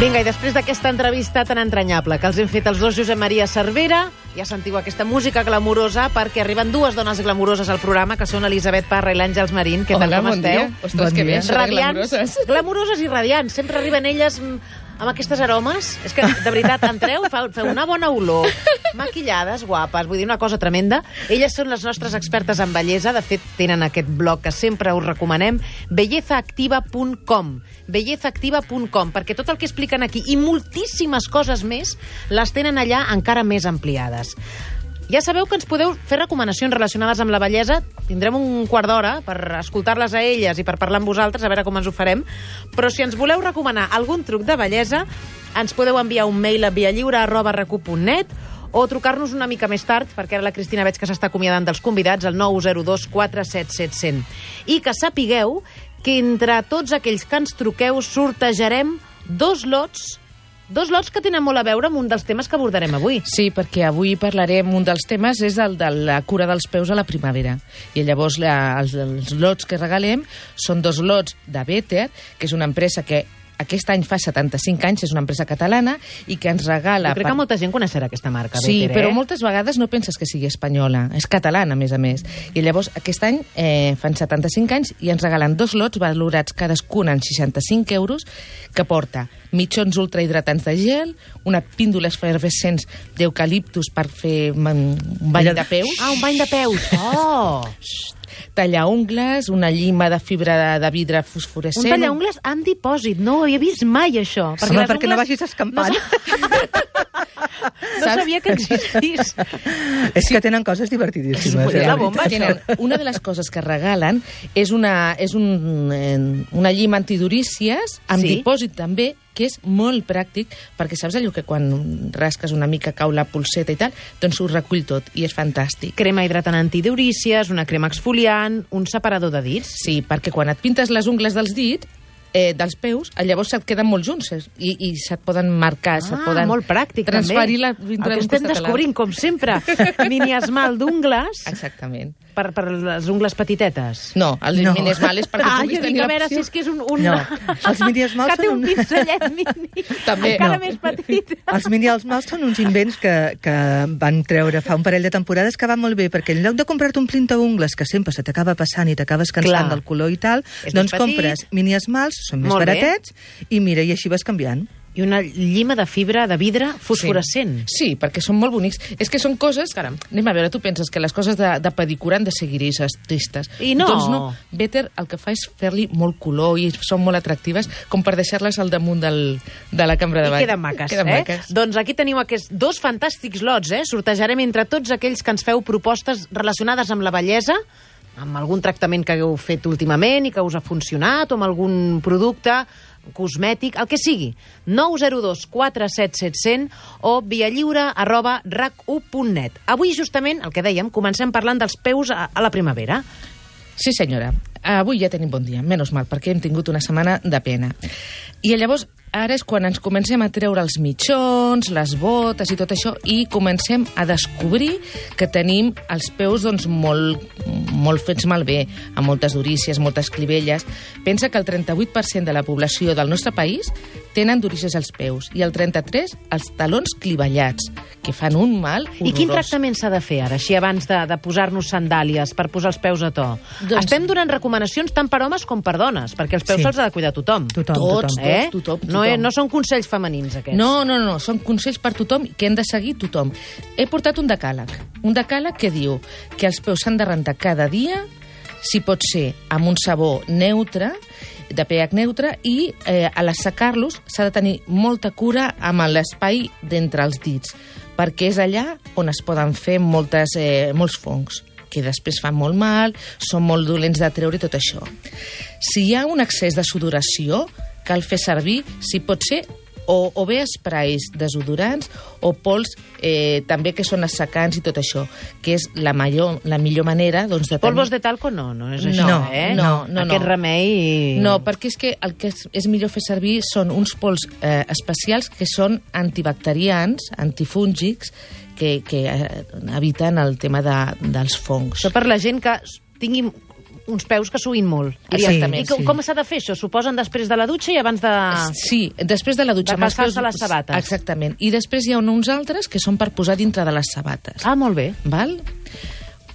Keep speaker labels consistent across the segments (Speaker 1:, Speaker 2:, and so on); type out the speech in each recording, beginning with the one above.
Speaker 1: Vinga, i després d'aquesta entrevista tan entranyable que els hem fet els dos Josep Maria Cervera, ja sentiu aquesta música glamurosa perquè arriben dues dones glamuroses al programa, que són Elisabet Parra i l'Àngels Marín. Què tal,
Speaker 2: Hola,
Speaker 1: com
Speaker 2: bon
Speaker 1: esteu?
Speaker 2: dia. Ostres, Bon que bé, dia. això de
Speaker 1: Radiants,
Speaker 2: glamuroses.
Speaker 1: glamuroses i radiants. Sempre arriben elles mm, amb aquestes aromes. És que, de veritat, entreu, fa- feu una bona olor, maquillades, guapes, vull dir, una cosa tremenda. Elles són les nostres expertes en bellesa. De fet, tenen aquest blog que sempre us recomanem, bellezaactiva.com bellezaactiva.com, perquè tot el que expliquen aquí i moltíssimes coses més les tenen allà encara més ampliades. Ja sabeu que ens podeu fer recomanacions relacionades amb la bellesa. Tindrem un quart d'hora per escoltar-les a elles i per parlar amb vosaltres, a veure com ens ho farem. Però si ens voleu recomanar algun truc de bellesa, ens podeu enviar un mail a vialliure.recu.net o trucar-nos una mica més tard, perquè ara la Cristina veig que s'està acomiadant dels convidats, al 902 477100. I que sapigueu que entre tots aquells que ens truqueu sortejarem dos lots Dos lots que tenen molt a veure amb un dels temes que abordarem avui.
Speaker 2: Sí, perquè avui parlarem, un dels temes és el de la cura dels peus a la primavera. I llavors la, els, els lots que regalem són dos lots de Better, que és una empresa que aquest any fa 75 anys, és una empresa catalana, i que ens regala...
Speaker 1: Jo crec
Speaker 2: per-
Speaker 1: que molta gent coneixerà aquesta marca.
Speaker 2: Sí,
Speaker 1: Better,
Speaker 2: però
Speaker 1: eh?
Speaker 2: moltes vegades no penses que sigui espanyola, és catalana, a més a més. I llavors aquest any eh, fan 75 anys i ens regalen dos lots valorats cadascun en 65 euros que porta mitjons ultrahidratants de gel, una píndola efervescents d'eucaliptus per fer mm, un bany de peus,
Speaker 1: Ah, un bany de peus. Oh!
Speaker 2: tallar ungles, una llima de fibra de, de vidre
Speaker 1: Un
Speaker 2: fosforescent...
Speaker 1: tallaungles en dipòsit. No ho havia vist mai, això.
Speaker 3: Perquè Home,
Speaker 1: les
Speaker 3: perquè no
Speaker 1: ungles
Speaker 3: vagis escampant.
Speaker 1: No, sa- no sabia que existís.
Speaker 3: És que tenen coses
Speaker 2: Sí,
Speaker 3: divertidíssimes.
Speaker 1: la
Speaker 3: eh,
Speaker 1: bomba.
Speaker 3: veritat.
Speaker 1: això.
Speaker 2: Tenen, una de les coses que regalen és una, és un, eh, una llima antidurícies, amb
Speaker 1: Sí.
Speaker 2: sí. dipòsit també, que és molt pràctic, perquè saps allò que quan rasques una mica cau la pulseta i tal, doncs ho recull tot, i és fantàstic.
Speaker 1: Crema hidratant antidurícies, una crema exfoliant, un separador de dits.
Speaker 2: Sí, perquè quan et pintes les ungles dels dits, eh, dels peus, eh, llavors se't queden molt junts eh, i, i se't poden marcar, se't poden
Speaker 1: Ah, molt pràctic,
Speaker 2: transferir
Speaker 1: també.
Speaker 2: la dintre
Speaker 1: El que
Speaker 2: d'un
Speaker 1: estem
Speaker 2: costat a l'altre.
Speaker 1: descobrint, com sempre, mini esmal d'ungles
Speaker 2: Exactament.
Speaker 1: per, per les ungles petitetes.
Speaker 2: No, el
Speaker 3: No.
Speaker 2: no. minesmal és perquè
Speaker 1: ah,
Speaker 2: puguis
Speaker 1: jo dic,
Speaker 2: tenir
Speaker 1: a veure
Speaker 2: l'opció.
Speaker 1: si és que és un... un...
Speaker 3: No, els mini esmals
Speaker 1: que té
Speaker 3: són
Speaker 1: un
Speaker 3: un-
Speaker 1: pinzellet mini,
Speaker 2: També,
Speaker 1: encara
Speaker 2: no.
Speaker 1: més petit.
Speaker 3: Els minials mals són uns invents que, que van treure fa un parell de temporades que van molt bé, perquè en lloc de comprar-te un plint d'ungles, que sempre se t'acaba passant i t'acabes cansant
Speaker 1: Clar.
Speaker 3: del color i tal,
Speaker 1: És
Speaker 3: doncs
Speaker 1: més petit.
Speaker 3: compres mini esmals, són més
Speaker 1: Molt bé.
Speaker 3: baratets, i mira, i així vas canviant.
Speaker 1: I una llima de fibra de vidre fosforescent.
Speaker 2: Sí, sí perquè són molt bonics. És que són coses... Caram, anem a veure, tu penses que les coses de, de pedicura han de ser grises, tristes.
Speaker 1: I no.
Speaker 2: Doncs no. Better el que fa és fer-li molt color i són molt atractives com per deixar-les al damunt del, de la cambra de
Speaker 1: I
Speaker 2: bany.
Speaker 1: queden maques,
Speaker 2: queden
Speaker 1: eh?
Speaker 2: Maques.
Speaker 1: Doncs aquí teniu aquests dos fantàstics lots, eh? Sortejarem entre tots aquells que ens feu propostes relacionades amb la bellesa, amb algun tractament que hagueu fet últimament i que us ha funcionat, o amb algun producte cosmètic, el que sigui. 902 47700 o vialliure arroba rac1.net. Avui, justament, el que dèiem, comencem parlant dels peus a, a la primavera.
Speaker 2: Sí, senyora. Avui ja tenim bon dia, menys mal, perquè hem tingut una setmana de pena. I llavors, ara és quan ens comencem a treure els mitjons, les botes i tot això, i comencem a descobrir que tenim els peus doncs, molt, molt fets malbé, amb moltes durícies, moltes clivelles. Pensa que el 38% de la població del nostre país tenen durícies als peus i el 33% als talons clivellats, que fan un mal horrorós.
Speaker 1: I quin tractament s'ha de fer ara, així abans de, de posar-nos sandàlies per posar els peus a to? Doncs...
Speaker 2: Doncs-
Speaker 1: Estem donant recomanacions tant per homes com per dones, perquè els peus
Speaker 3: Sí.
Speaker 1: sí. se'ls ha de cuidar tothom.
Speaker 3: Tothom,
Speaker 2: Tots,
Speaker 3: tothom.
Speaker 1: Eh?
Speaker 2: tothom, tothom.
Speaker 1: No, eh? no són consells femenins, aquests.
Speaker 2: No, no, no, són consells per tothom que hem de seguir tothom. He portat un decàleg, un decàleg que diu que els peus s'han de rentar cada dia, si pot ser amb un sabó neutre, de pH neutre, i eh, a l'assecar-los s'ha de tenir molta cura amb l'espai d'entre els dits, perquè és allà on es poden fer moltes, eh, molts fongs que després fan molt mal, són molt dolents de treure i tot això. Si hi ha un excés de sudoració, cal fer servir, si pot ser, o, o bé esprais desodorants o pols eh, també que són assecants i tot això, que és la, major, la millor manera doncs, de tenir...
Speaker 1: Polvos de talco no, no és això,
Speaker 2: No,
Speaker 1: eh?
Speaker 2: no, no,
Speaker 1: Aquest
Speaker 2: no.
Speaker 1: remei...
Speaker 2: No, perquè és que el que és, és millor fer servir són uns pols eh, especials que són antibacterians, antifúngics, que, que eh, eviten el tema de, dels fongs.
Speaker 1: Això per la gent que s- tingui uns peus que suïn molt.
Speaker 2: Exactament,
Speaker 1: I com,
Speaker 2: sí.
Speaker 1: com s'ha de fer això? S'ho posen després de la dutxa i abans de...
Speaker 2: Ah. Sí, després de la dutxa.
Speaker 1: De
Speaker 2: amb els
Speaker 1: calçar-se
Speaker 2: peus-
Speaker 1: les sabates.
Speaker 2: Exactament. I després hi ha uns altres que són per posar dintre de les sabates.
Speaker 1: Ah, molt bé.
Speaker 2: Val?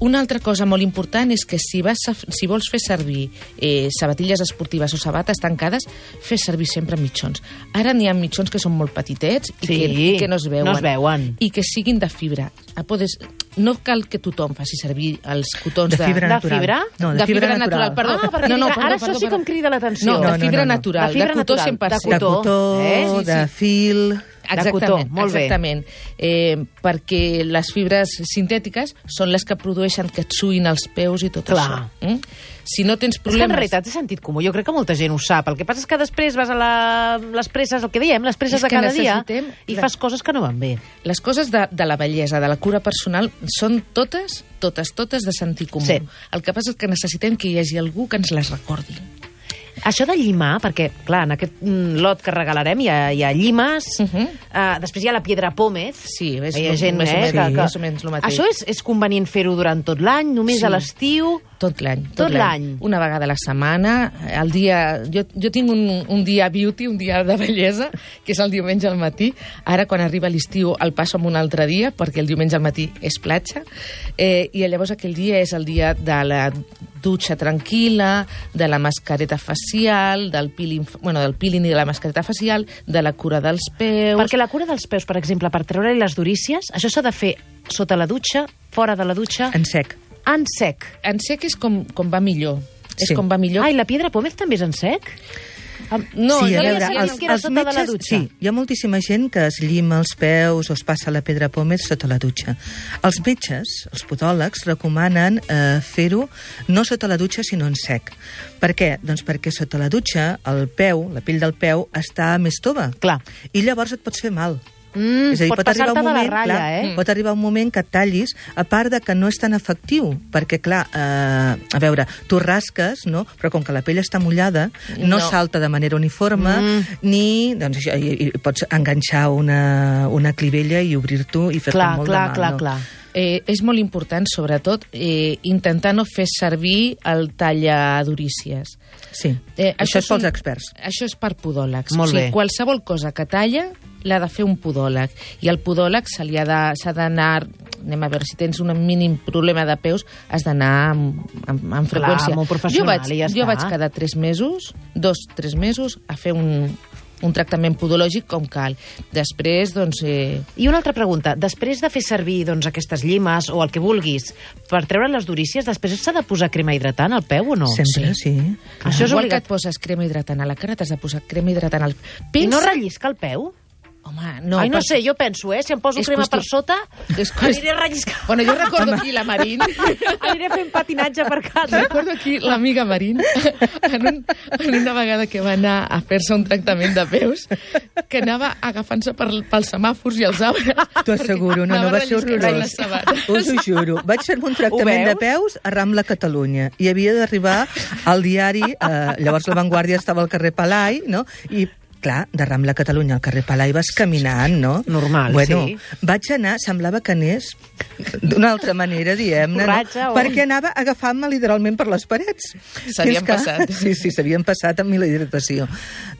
Speaker 2: Una altra cosa molt important és que si, vas a, si vols fer servir eh, sabatilles esportives o sabates tancades, fes servir sempre mitjons. Ara n'hi ha mitjons que són molt petitets i
Speaker 1: Sí,
Speaker 2: que, que no es veuen.
Speaker 1: no es veuen.
Speaker 2: I que siguin de fibra. Ah, Podes, no cal que tothom faci servir els cotons de...
Speaker 3: De fibra
Speaker 1: De
Speaker 3: natural.
Speaker 1: fibra?
Speaker 3: No, de,
Speaker 2: de fibra, natural, perdó.
Speaker 1: Ah, perquè dic, ara això sí que em crida l'atenció.
Speaker 2: No,
Speaker 3: No,
Speaker 2: de
Speaker 3: no,
Speaker 2: fibra
Speaker 3: no, no.
Speaker 2: natural,
Speaker 1: De fibra
Speaker 2: de cotó
Speaker 1: natural,
Speaker 2: 100%.
Speaker 1: de
Speaker 3: De
Speaker 1: cotó.
Speaker 3: cotó,
Speaker 1: Eh? Sí,
Speaker 3: eh?
Speaker 1: sí.
Speaker 3: de fil...
Speaker 1: De
Speaker 2: Exactament,
Speaker 1: cotó, molt bé.
Speaker 2: exactament. Eh, perquè les fibres sintètiques són les que produeixen que et suïn els peus i tot
Speaker 1: Clar.
Speaker 2: això. Mm? Si no
Speaker 1: És
Speaker 2: tens
Speaker 1: que en
Speaker 2: problemes...
Speaker 1: realitat és sentit comú. Jo crec que molta gent ho sap. El que passa és que després vas a la, les presses, el que diem, les presses
Speaker 2: És
Speaker 1: de
Speaker 2: que
Speaker 1: cada dia,
Speaker 2: necessitem-
Speaker 1: i fas coses que no van bé.
Speaker 2: Les coses de, de la bellesa, de la cura personal, són totes, totes, totes de sentit comú.
Speaker 1: Sí.
Speaker 2: El que passa és que necessitem que hi hagi algú que ens les recordi.
Speaker 1: Això de llimar, perquè, clar, en aquest mm, lot que regalarem hi ha, hi ha llimes, uh -huh.
Speaker 2: Mhm.
Speaker 1: uh, després hi ha la piedra pòmez.
Speaker 2: Sí, és
Speaker 1: hi ha
Speaker 2: lo-
Speaker 1: gent,
Speaker 2: més o
Speaker 1: eh, que,
Speaker 2: menys- sí,
Speaker 1: que...
Speaker 2: més o menys lo mateix.
Speaker 1: Això és, és convenient fer-ho durant tot l'any, només
Speaker 2: Sí.
Speaker 1: a l'estiu...
Speaker 2: Tot l'any.
Speaker 1: Tot l'any.
Speaker 2: Una vegada a la setmana. El dia... Jo, jo tinc un, un dia beauty, un dia de bellesa, que és el diumenge al matí. Ara, quan arriba l'estiu, el passo amb un altre dia, perquè el diumenge al matí és platja. Eh, I llavors aquell dia és el dia de la dutxa tranquil·la, de la mascareta facial, del peeling, bueno, del peeling i de la mascareta facial, de la cura dels peus...
Speaker 1: Perquè la cura dels peus, per exemple, per treure les durícies, això s'ha de fer sota la dutxa, fora de la dutxa, en,
Speaker 3: En sec.
Speaker 1: en sec.
Speaker 2: En sec és com, com va millor. És
Speaker 3: Sí.
Speaker 2: com va millor.
Speaker 1: Ai, la piedra pòmez també és en sec?
Speaker 2: no,
Speaker 3: sí,
Speaker 1: jo ja
Speaker 3: a veure,
Speaker 1: sabia
Speaker 3: els,
Speaker 1: que era
Speaker 3: els
Speaker 1: sota de la
Speaker 3: metges...
Speaker 1: dutxa.
Speaker 3: sí, hi ha moltíssima gent que es llima els peus o es passa la pedra pòmez sota la dutxa. Els metges, els podòlegs, recomanen eh, fer-ho no sota la dutxa, sinó en sec. Per què? Doncs perquè sota la dutxa el peu, la pell del peu, està més tova.
Speaker 1: Clar.
Speaker 3: I llavors et pots fer mal.
Speaker 1: Mm,
Speaker 3: és a dir, pot, arribar
Speaker 1: passar-te
Speaker 3: un
Speaker 1: de
Speaker 3: moment,
Speaker 1: la ratlla,
Speaker 3: clar,
Speaker 1: eh?
Speaker 3: pot arribar un moment que et tallis, a part de que no és tan efectiu, perquè, clar, eh, a veure, tu rasques, no? però com que la pell està mullada, no,
Speaker 2: No.
Speaker 3: no. salta de manera uniforme, mm. ni doncs, això, i, i pots enganxar una, una clivella i obrir-t'ho i fer-te
Speaker 1: Clar,
Speaker 3: molt
Speaker 1: clar,
Speaker 3: de mal.
Speaker 1: clar,
Speaker 3: no?
Speaker 1: clar.
Speaker 2: Eh, és molt important, sobretot, eh, intentar no fer servir el talladurícies.
Speaker 3: Sí,
Speaker 2: Eh,
Speaker 3: eh, això, això és
Speaker 2: un-
Speaker 3: pels experts.
Speaker 2: Això és per podòlegs.
Speaker 1: Molt
Speaker 2: o sigui,
Speaker 1: bé.
Speaker 2: qualsevol cosa que talla l'ha de fer un podòleg. I al podòleg se li ha de- s'ha d'anar anem a veure, si tens un mínim problema de peus, has d'anar amb, amb, amb
Speaker 1: Clar,
Speaker 2: freqüència.
Speaker 1: molt
Speaker 2: jo
Speaker 1: professional,
Speaker 2: vaig,
Speaker 1: i ja
Speaker 2: jo
Speaker 1: està.
Speaker 2: vaig cada tres mesos, dos, tres mesos, a fer un, un tractament podològic com cal. Després, doncs, eh,
Speaker 1: I una altra pregunta. Després de fer servir doncs, aquestes llimes o el que vulguis per treure les durícies, després s'ha de posar crema hidratant al peu o no?
Speaker 3: Sempre, sí.
Speaker 1: Clar. Això és
Speaker 2: Igual que
Speaker 1: obligat.
Speaker 2: et poses crema hidratant a la cara, t'has de posar crema hidratant al...
Speaker 1: I
Speaker 2: Pensa...
Speaker 1: no rellisca el peu?
Speaker 2: Home, no,
Speaker 1: Ai, no
Speaker 2: per-
Speaker 1: sé, jo penso, eh? Si em poso
Speaker 2: És
Speaker 1: crema
Speaker 2: qüestió-
Speaker 1: per sota,
Speaker 2: És qüestió-
Speaker 1: aniré relliscant.
Speaker 2: Bueno, jo recordo aquí la Marín.
Speaker 1: aniré fent patinatge per casa.
Speaker 2: Recordo aquí l'amiga Marín, en, un, en una vegada que va anar a fer-se un tractament de peus, que anava agafant-se per, pels semàfors i els arbres.
Speaker 3: T'ho asseguro, no, no va ser horrorós. Us ho juro. Vaig fer un
Speaker 1: Ho
Speaker 3: tractament
Speaker 1: veus?
Speaker 3: de peus a Rambla Catalunya i havia d'arribar al diari, eh, llavors la Vanguardia estava al carrer Palai, no? I clar, de Rambla Catalunya al carrer Palai vas caminant, no?
Speaker 1: Normal,
Speaker 3: bueno,
Speaker 1: sí.
Speaker 3: vaig anar, semblava que anés d'una altra manera, diguem-ne,
Speaker 1: Borratxa o-
Speaker 3: perquè anava agafant-me literalment per les parets.
Speaker 2: S'havien
Speaker 3: Fins que-
Speaker 2: passat.
Speaker 3: Sí, sí, s'havien passat amb mi la hidratació.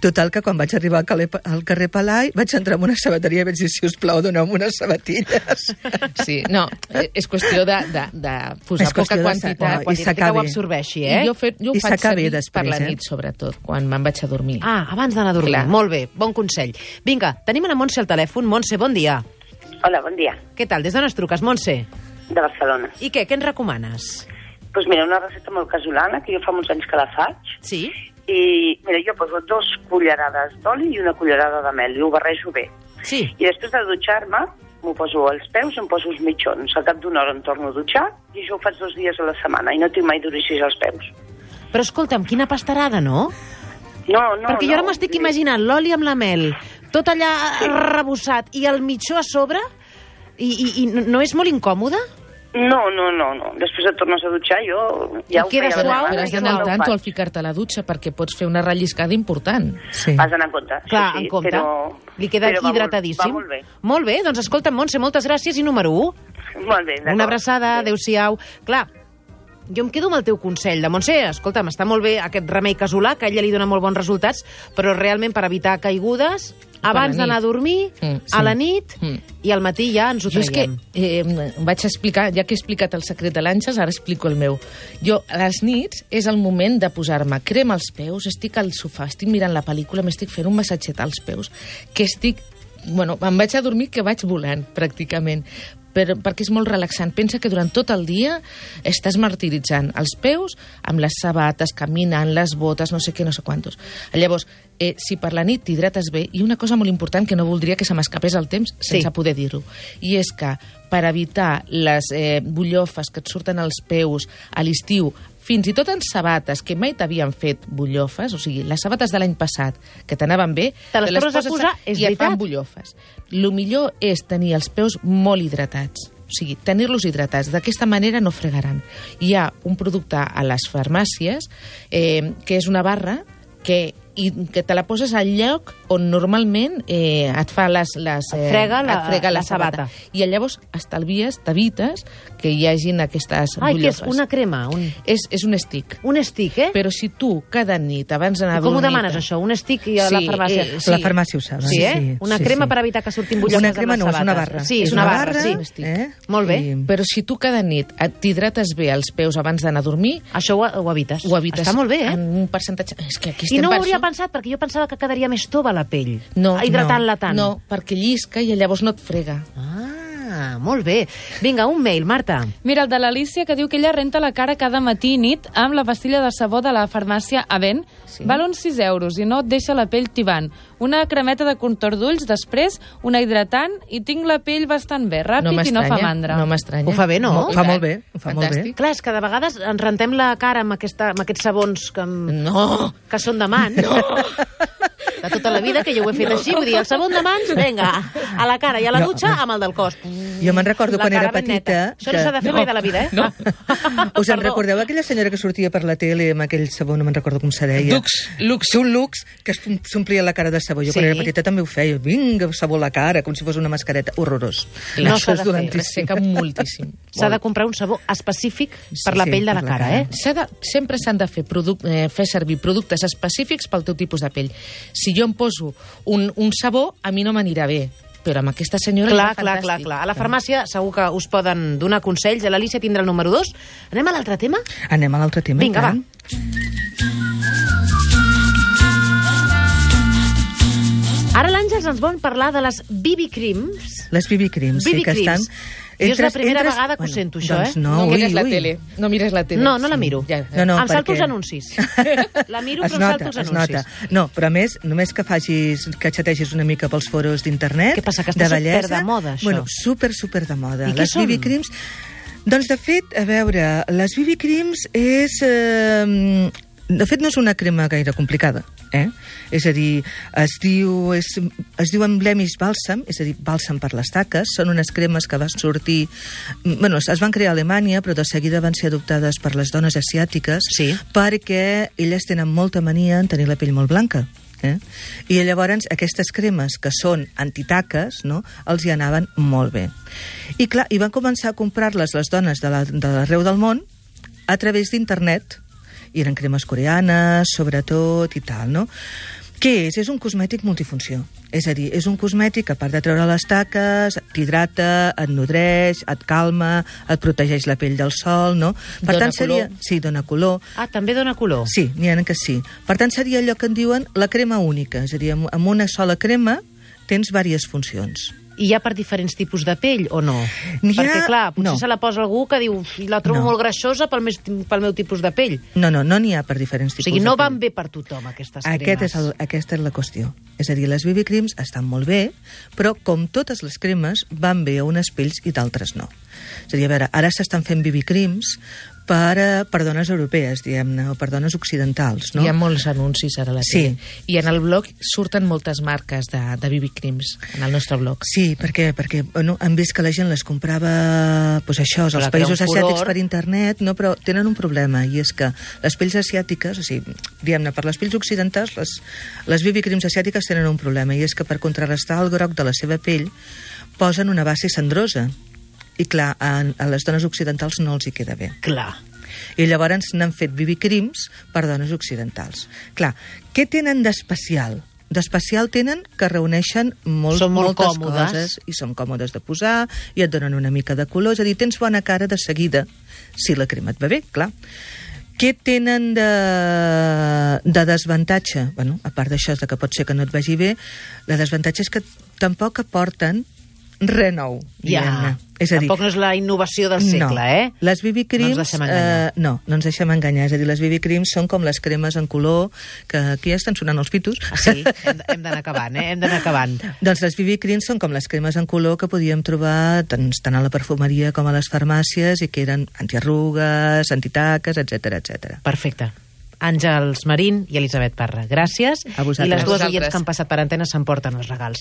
Speaker 3: Total, que quan vaig arribar al carrer, al carrer Palai vaig entrar en una sabateria i vaig dir, si us plau, doneu-me unes sabatilles.
Speaker 2: Sí, no, eh, és qüestió de, de, de posar
Speaker 3: És qüestió
Speaker 2: poca
Speaker 3: de- oh,
Speaker 2: quantitat.
Speaker 3: i
Speaker 1: que
Speaker 3: s'acaba
Speaker 1: ho
Speaker 3: bé.
Speaker 1: absorbeixi,
Speaker 2: I
Speaker 1: eh?
Speaker 2: jo, fer, jo ho
Speaker 3: I
Speaker 2: faig
Speaker 3: s'acaba
Speaker 2: servir
Speaker 3: després,
Speaker 2: per la
Speaker 3: eh?
Speaker 2: nit, sobretot, quan me'n vaig a dormir.
Speaker 1: Ah, abans d'anar a dormir.
Speaker 2: Clar.
Speaker 1: Molt bé, bon consell. Vinga, tenim a la Montse al telèfon. Montse, bon dia.
Speaker 4: Hola, bon dia,
Speaker 1: Què tal? Des d'on es truques, Montse?
Speaker 4: de Barcelona.
Speaker 1: I què? Què ens recomanes?
Speaker 4: Doncs pues mira, una recepta molt casolana, que jo fa molts anys que la faig,
Speaker 1: Sí?
Speaker 4: i mira, jo poso dos cullerades d'oli i una cullerada de mel, i ho barrejo bé.
Speaker 1: Sí.
Speaker 4: I després de dutxar-me, m'ho poso als peus, em poso els mitjons. Al cap d'una hora em torno a dutxar, i això ho faig dos dies a la setmana, i no tinc mai d'oricis als peus.
Speaker 1: Però escolta'm, quina pastarada, no?
Speaker 4: No, no,
Speaker 1: Perquè jo ara
Speaker 4: no.
Speaker 1: m'estic imaginant l'oli amb la mel, tot allà rebussat i el mitjó a sobre, i, i, i no no és molt incòmode?
Speaker 4: No, no, no, no. Després et tornes a dutxar, jo
Speaker 1: I
Speaker 4: ja ho
Speaker 1: quedes
Speaker 4: feia...
Speaker 2: Però,
Speaker 1: Uau,
Speaker 2: però
Speaker 1: que
Speaker 2: has
Speaker 1: jo
Speaker 2: d'anar
Speaker 1: no
Speaker 2: al
Speaker 1: ho
Speaker 2: tanto al ficar-te a la dutxa perquè pots fer una relliscada important.
Speaker 3: Sí.
Speaker 4: Has d'anar en compte. sí,
Speaker 1: Clar,
Speaker 4: sí,
Speaker 1: en compte.
Speaker 4: Però...
Speaker 1: Li queda
Speaker 4: però va molt-
Speaker 1: hidratadíssim.
Speaker 4: Va molt bé.
Speaker 1: Molt bé, doncs escolta, Montse, moltes gràcies i número 1.
Speaker 4: Molt bé, d'acord.
Speaker 1: Una abraçada, adeu-siau. Clar, jo em quedo amb el teu consell de Montse, escolta'm, està molt bé aquest remei casolà, que a ella li dona molt bons resultats, però realment per evitar caigudes, abans
Speaker 2: nit.
Speaker 1: d'anar a dormir,
Speaker 2: Mm,
Speaker 1: a
Speaker 2: sí.
Speaker 1: la nit,
Speaker 2: Mm.
Speaker 1: i al matí ja ens ho
Speaker 2: Jo és que
Speaker 1: traiem.
Speaker 2: eh, vaig explicar, ja que he explicat el secret de l'Anxes, ara explico el meu. Jo, a les nits, és el moment de posar-me crema als peus, estic al sofà, estic mirant la pel·lícula, m'estic fent un massatget als peus, que estic... Bueno, em vaig a dormir que vaig volant, pràcticament, per, perquè és molt relaxant. Pensa que durant tot el dia estàs martiritzant els peus amb les sabates, caminant, les botes, no sé què, no sé quantos. Llavors, eh, si per la nit t'hidrates bé, i una cosa molt important que no voldria que se m'escapés el temps sense
Speaker 1: Sí.
Speaker 2: poder dir-ho, i és que per evitar les eh, bullofes que et surten als peus a l'estiu, fins i tot en sabates, que mai t'havien fet bullofes, o sigui, les sabates de l'any passat, que t'anaven bé,
Speaker 1: Te les tornes a
Speaker 2: poses
Speaker 1: posar, és
Speaker 2: i et
Speaker 1: veritat.
Speaker 2: fan bullofes. El millor és tenir els peus molt hidratats. O sigui, tenir-los hidratats. D'aquesta manera no fregaran. Hi ha un producte a les farmàcies eh, que és una barra que i que te la poses al lloc on normalment eh, et fa les... les
Speaker 1: Et frega la-
Speaker 2: Eh, et frega la,
Speaker 1: la sabata.
Speaker 2: sabata. I llavors estalvies, t'evites que hi hagin aquestes
Speaker 1: Ai, que és
Speaker 2: bullofes.
Speaker 1: una crema, un,
Speaker 2: És, és un estic.
Speaker 1: un stick, eh?
Speaker 2: Però si tu cada nit abans d'anar a
Speaker 1: I com ho
Speaker 2: dormir...
Speaker 1: demanes, això? Un stick i a la
Speaker 2: Sí,
Speaker 1: farmàcia?
Speaker 2: eh,
Speaker 3: La farmàcia ho saben.
Speaker 1: Sí, eh?
Speaker 3: sí,
Speaker 1: una
Speaker 3: sí,
Speaker 1: crema
Speaker 3: sí.
Speaker 1: per evitar que surtin bullofes
Speaker 3: Una
Speaker 1: amb
Speaker 3: crema
Speaker 1: les
Speaker 3: no, és una
Speaker 1: sabates.
Speaker 3: barra.
Speaker 1: Sí, és
Speaker 2: És
Speaker 1: una,
Speaker 2: una
Speaker 1: barra,
Speaker 2: barra,
Speaker 1: sí.
Speaker 3: eh?
Speaker 1: Molt bé.
Speaker 3: I-
Speaker 2: Però si tu cada nit et- t'hidrates bé els peus abans d'anar a dormir,
Speaker 1: Això ho, ho evites.
Speaker 2: ho evites
Speaker 1: Està molt bé, eh?
Speaker 2: en un percentatge... És que
Speaker 1: I
Speaker 2: aquí estem
Speaker 1: no ho
Speaker 2: per
Speaker 1: hauria
Speaker 2: so-
Speaker 1: pensat, perquè jo pensava que quedaria més tova la pell,
Speaker 2: no,
Speaker 1: hidratant-la
Speaker 2: no,
Speaker 1: tant.
Speaker 2: No, perquè llisca i llavors no et frega.
Speaker 1: Ah, molt bé. Vinga, un mail, Marta.
Speaker 5: Mira, el de l'Alícia, que diu que ella renta la cara cada matí i nit amb la pastilla de sabó de la farmàcia Avent.
Speaker 2: Sí.
Speaker 5: Sí. Val uns 6 euros i no et deixa la pell tibant. Una cremeta de contorn d'ulls, després una hidratant i tinc la pell bastant bé, ràpid i no fa
Speaker 2: m'estranya,
Speaker 5: mandra.
Speaker 2: No m'estranya.
Speaker 1: Ho fa bé, no?
Speaker 2: Molt-
Speaker 1: Ho
Speaker 3: fa
Speaker 2: i tant.
Speaker 3: molt bé, ho fa molt bé.
Speaker 2: Fantàstic.
Speaker 1: Clar, és que de vegades ens rentem la cara amb, aquesta, amb aquests sabons que, em-
Speaker 2: No!
Speaker 1: que són de mans. No! De tota la vida, que jo ho he fet així. Vull dir, el sabon de mans, vinga, a la cara i a la dutxa amb el del cos.
Speaker 3: Jo me'n recordo
Speaker 1: La
Speaker 3: quan
Speaker 1: cara
Speaker 3: era
Speaker 1: ben neta.
Speaker 3: petita...
Speaker 1: Això no s'ha de fer mai de la vida, eh?
Speaker 2: No.
Speaker 3: Us
Speaker 1: Perdó.
Speaker 3: en recordeu aquella senyora que sortia per la tele amb aquell sabó, no me'n recordo com se deia?
Speaker 2: Lux, Lux.
Speaker 3: Sí, un lux que es- s'omplia la cara de sabó. Jo
Speaker 1: Sí.
Speaker 3: quan era petita també ho feia. Vinga, sabó a la cara, com si fos una mascareta. Horrorós.
Speaker 1: No s'ha de fer.
Speaker 3: dolentíssim.
Speaker 2: Resseca moltíssim.
Speaker 1: S'ha de comprar un sabó específic per la
Speaker 3: sí,
Speaker 1: pell de la
Speaker 3: per la
Speaker 1: cara,
Speaker 3: cara.
Speaker 1: eh?
Speaker 2: S'ha de, sempre s'han de fer, produc, eh, fer servir productes específics pel teu tipus de pell. Si jo em poso un, un sabó, a mi no m'anirà bé, però amb aquesta senyora...
Speaker 1: Clar,
Speaker 2: era
Speaker 1: clar,
Speaker 2: fantàstic.
Speaker 1: clar, clar. A la farmàcia segur que us poden donar consells. A L'Alícia tindrà el número 2. Anem a l'altre tema?
Speaker 3: Anem a l'altre tema.
Speaker 1: Vinga,
Speaker 3: i
Speaker 1: va.
Speaker 3: tant.
Speaker 1: Ara l'Àngels ens vol parlar de les BB Creams.
Speaker 3: Les BB Creams, sí,
Speaker 1: BB
Speaker 3: que
Speaker 1: creams.
Speaker 3: estan...
Speaker 1: Jo és la primera vegada que ho sento, això,
Speaker 3: doncs
Speaker 1: eh?
Speaker 3: No,
Speaker 2: No,
Speaker 3: ui,
Speaker 2: mires la
Speaker 3: ui.
Speaker 2: tele. No mires la tele.
Speaker 1: No, no la miro.
Speaker 2: Ja,
Speaker 3: No, no,
Speaker 1: em salto
Speaker 3: perquè-
Speaker 1: els anuncis. La miro,
Speaker 3: Es
Speaker 1: però em
Speaker 3: nota,
Speaker 1: salto els
Speaker 3: es
Speaker 1: anuncis.
Speaker 3: nota. No, però a més, només que facis, que xategis una mica pels foros d'internet...
Speaker 1: Què passa, que està
Speaker 3: de bellesa,
Speaker 1: super de moda, això?
Speaker 3: Bueno, super, super de moda.
Speaker 1: I què
Speaker 3: les
Speaker 1: són?
Speaker 3: BB Creams... Doncs, de fet, a veure, les BB Creams és... Eh, de fet, no és una crema gaire complicada, eh? És a dir, es diu, és, es diu emblemis bàlsam, és a dir, bàlsam per les taques. Són unes cremes que van sortir... Bueno, es van crear a Alemanya, però de seguida van ser adoptades per les dones asiàtiques
Speaker 1: Sí.
Speaker 3: perquè elles tenen molta mania en tenir la pell molt blanca. Eh? I llavors aquestes cremes que són antitaques no? els hi anaven molt bé. I clar, i van començar a comprar-les les dones de la- de l'arreu de del món a través d'internet. I eren cremes coreanes, sobretot, i tal, no? Què és? És un cosmètic multifunció. És a dir, és un cosmètic que, a part de treure les taques, t'hidrata, et nodreix, et calma, et protegeix la pell del sol, no? Per
Speaker 2: Dona
Speaker 3: tant, seria...
Speaker 2: color.
Speaker 3: Sí, dona color.
Speaker 1: Ah, també dona color.
Speaker 3: Sí, n'hi ha que sí. Per tant, seria allò que en diuen la crema única. És a dir, amb- amb una sola crema tens diverses funcions.
Speaker 1: I hi ha per diferents tipus de pell, o no?
Speaker 3: N'hi ha-
Speaker 1: Perquè, clar, potser
Speaker 3: no.
Speaker 1: se la posa algú que diu "Uf, la trobo
Speaker 3: No.
Speaker 1: molt greixosa pel, mes, pel meu tipus de pell.
Speaker 3: No, no, no n'hi ha per diferents
Speaker 1: O
Speaker 3: tipus
Speaker 1: sigui,
Speaker 3: de
Speaker 1: no
Speaker 3: crema.
Speaker 1: van bé per tothom, aquestes
Speaker 3: Aquest
Speaker 1: cremes.
Speaker 3: és el, aquesta és la qüestió. És a dir, les BB Creams estan molt bé, però com totes les cremes, van bé a unes pells i d'altres no. És a dir, a veure, ara s'estan fent BB Creams per, eh, per dones europees, diguem-ne, o per dones occidentals, no?
Speaker 2: Hi ha molts anuncis ara a la
Speaker 3: Sí.
Speaker 2: tele. I en el blog surten moltes marques de, de BB Creams, en el nostre blog.
Speaker 3: Sí, perquè, perquè bueno, han vist que la gent les comprava pues això,
Speaker 1: Clar,
Speaker 3: als
Speaker 1: que era un
Speaker 3: països asiàtics
Speaker 1: furor.
Speaker 3: per internet, no, però tenen un problema, i és que les pells asiàtiques, o sigui, diguem-ne, per les pells occidentals, les, les BB creams asiàtiques tenen un problema, i és que per contrarrestar el groc de la seva pell posen una base cendrosa, i clar, a, a les dones occidentals no els hi queda bé.
Speaker 1: Clar.
Speaker 3: I llavors n'han fet vivicrims per dones occidentals. Clar, què tenen d'especial? D'especial tenen que reuneixen molt,
Speaker 1: Són molt
Speaker 3: moltes
Speaker 1: còmodes.
Speaker 3: coses i són còmodes de posar i et donen una mica de color, és a dir, tens bona cara de seguida, si la crema et va bé, clar. Què tenen de, de desavantatge? Bueno, a part d'això, de que pot ser que no et vagi bé, la desavantatge és que tampoc aporten res nou, diguem-ne. És a dir,
Speaker 1: Tampoc no és la innovació del segle,
Speaker 3: no.
Speaker 1: eh?
Speaker 3: Les BB Creams...
Speaker 1: No ens deixem enganyar.
Speaker 3: Eh, no, no ens deixem enganyar. És a dir, les BB Creams són com les cremes en color, que aquí ja estan sonant els pitos.
Speaker 1: Ah, sí, hem, hem d'anar acabant, eh? Hem d'anar acabant.
Speaker 3: Doncs les BB Creams són com les cremes en color que podíem trobar tant, tant a la perfumeria com a les farmàcies i que eren antiarrugues, antitaques, etc etc.
Speaker 1: Perfecte. Àngels Marín i Elisabet Parra. Gràcies.
Speaker 3: A vosaltres.
Speaker 1: I les
Speaker 2: A
Speaker 1: dues
Speaker 2: vosaltres.
Speaker 1: oients que han passat per antena s'emporten els regals.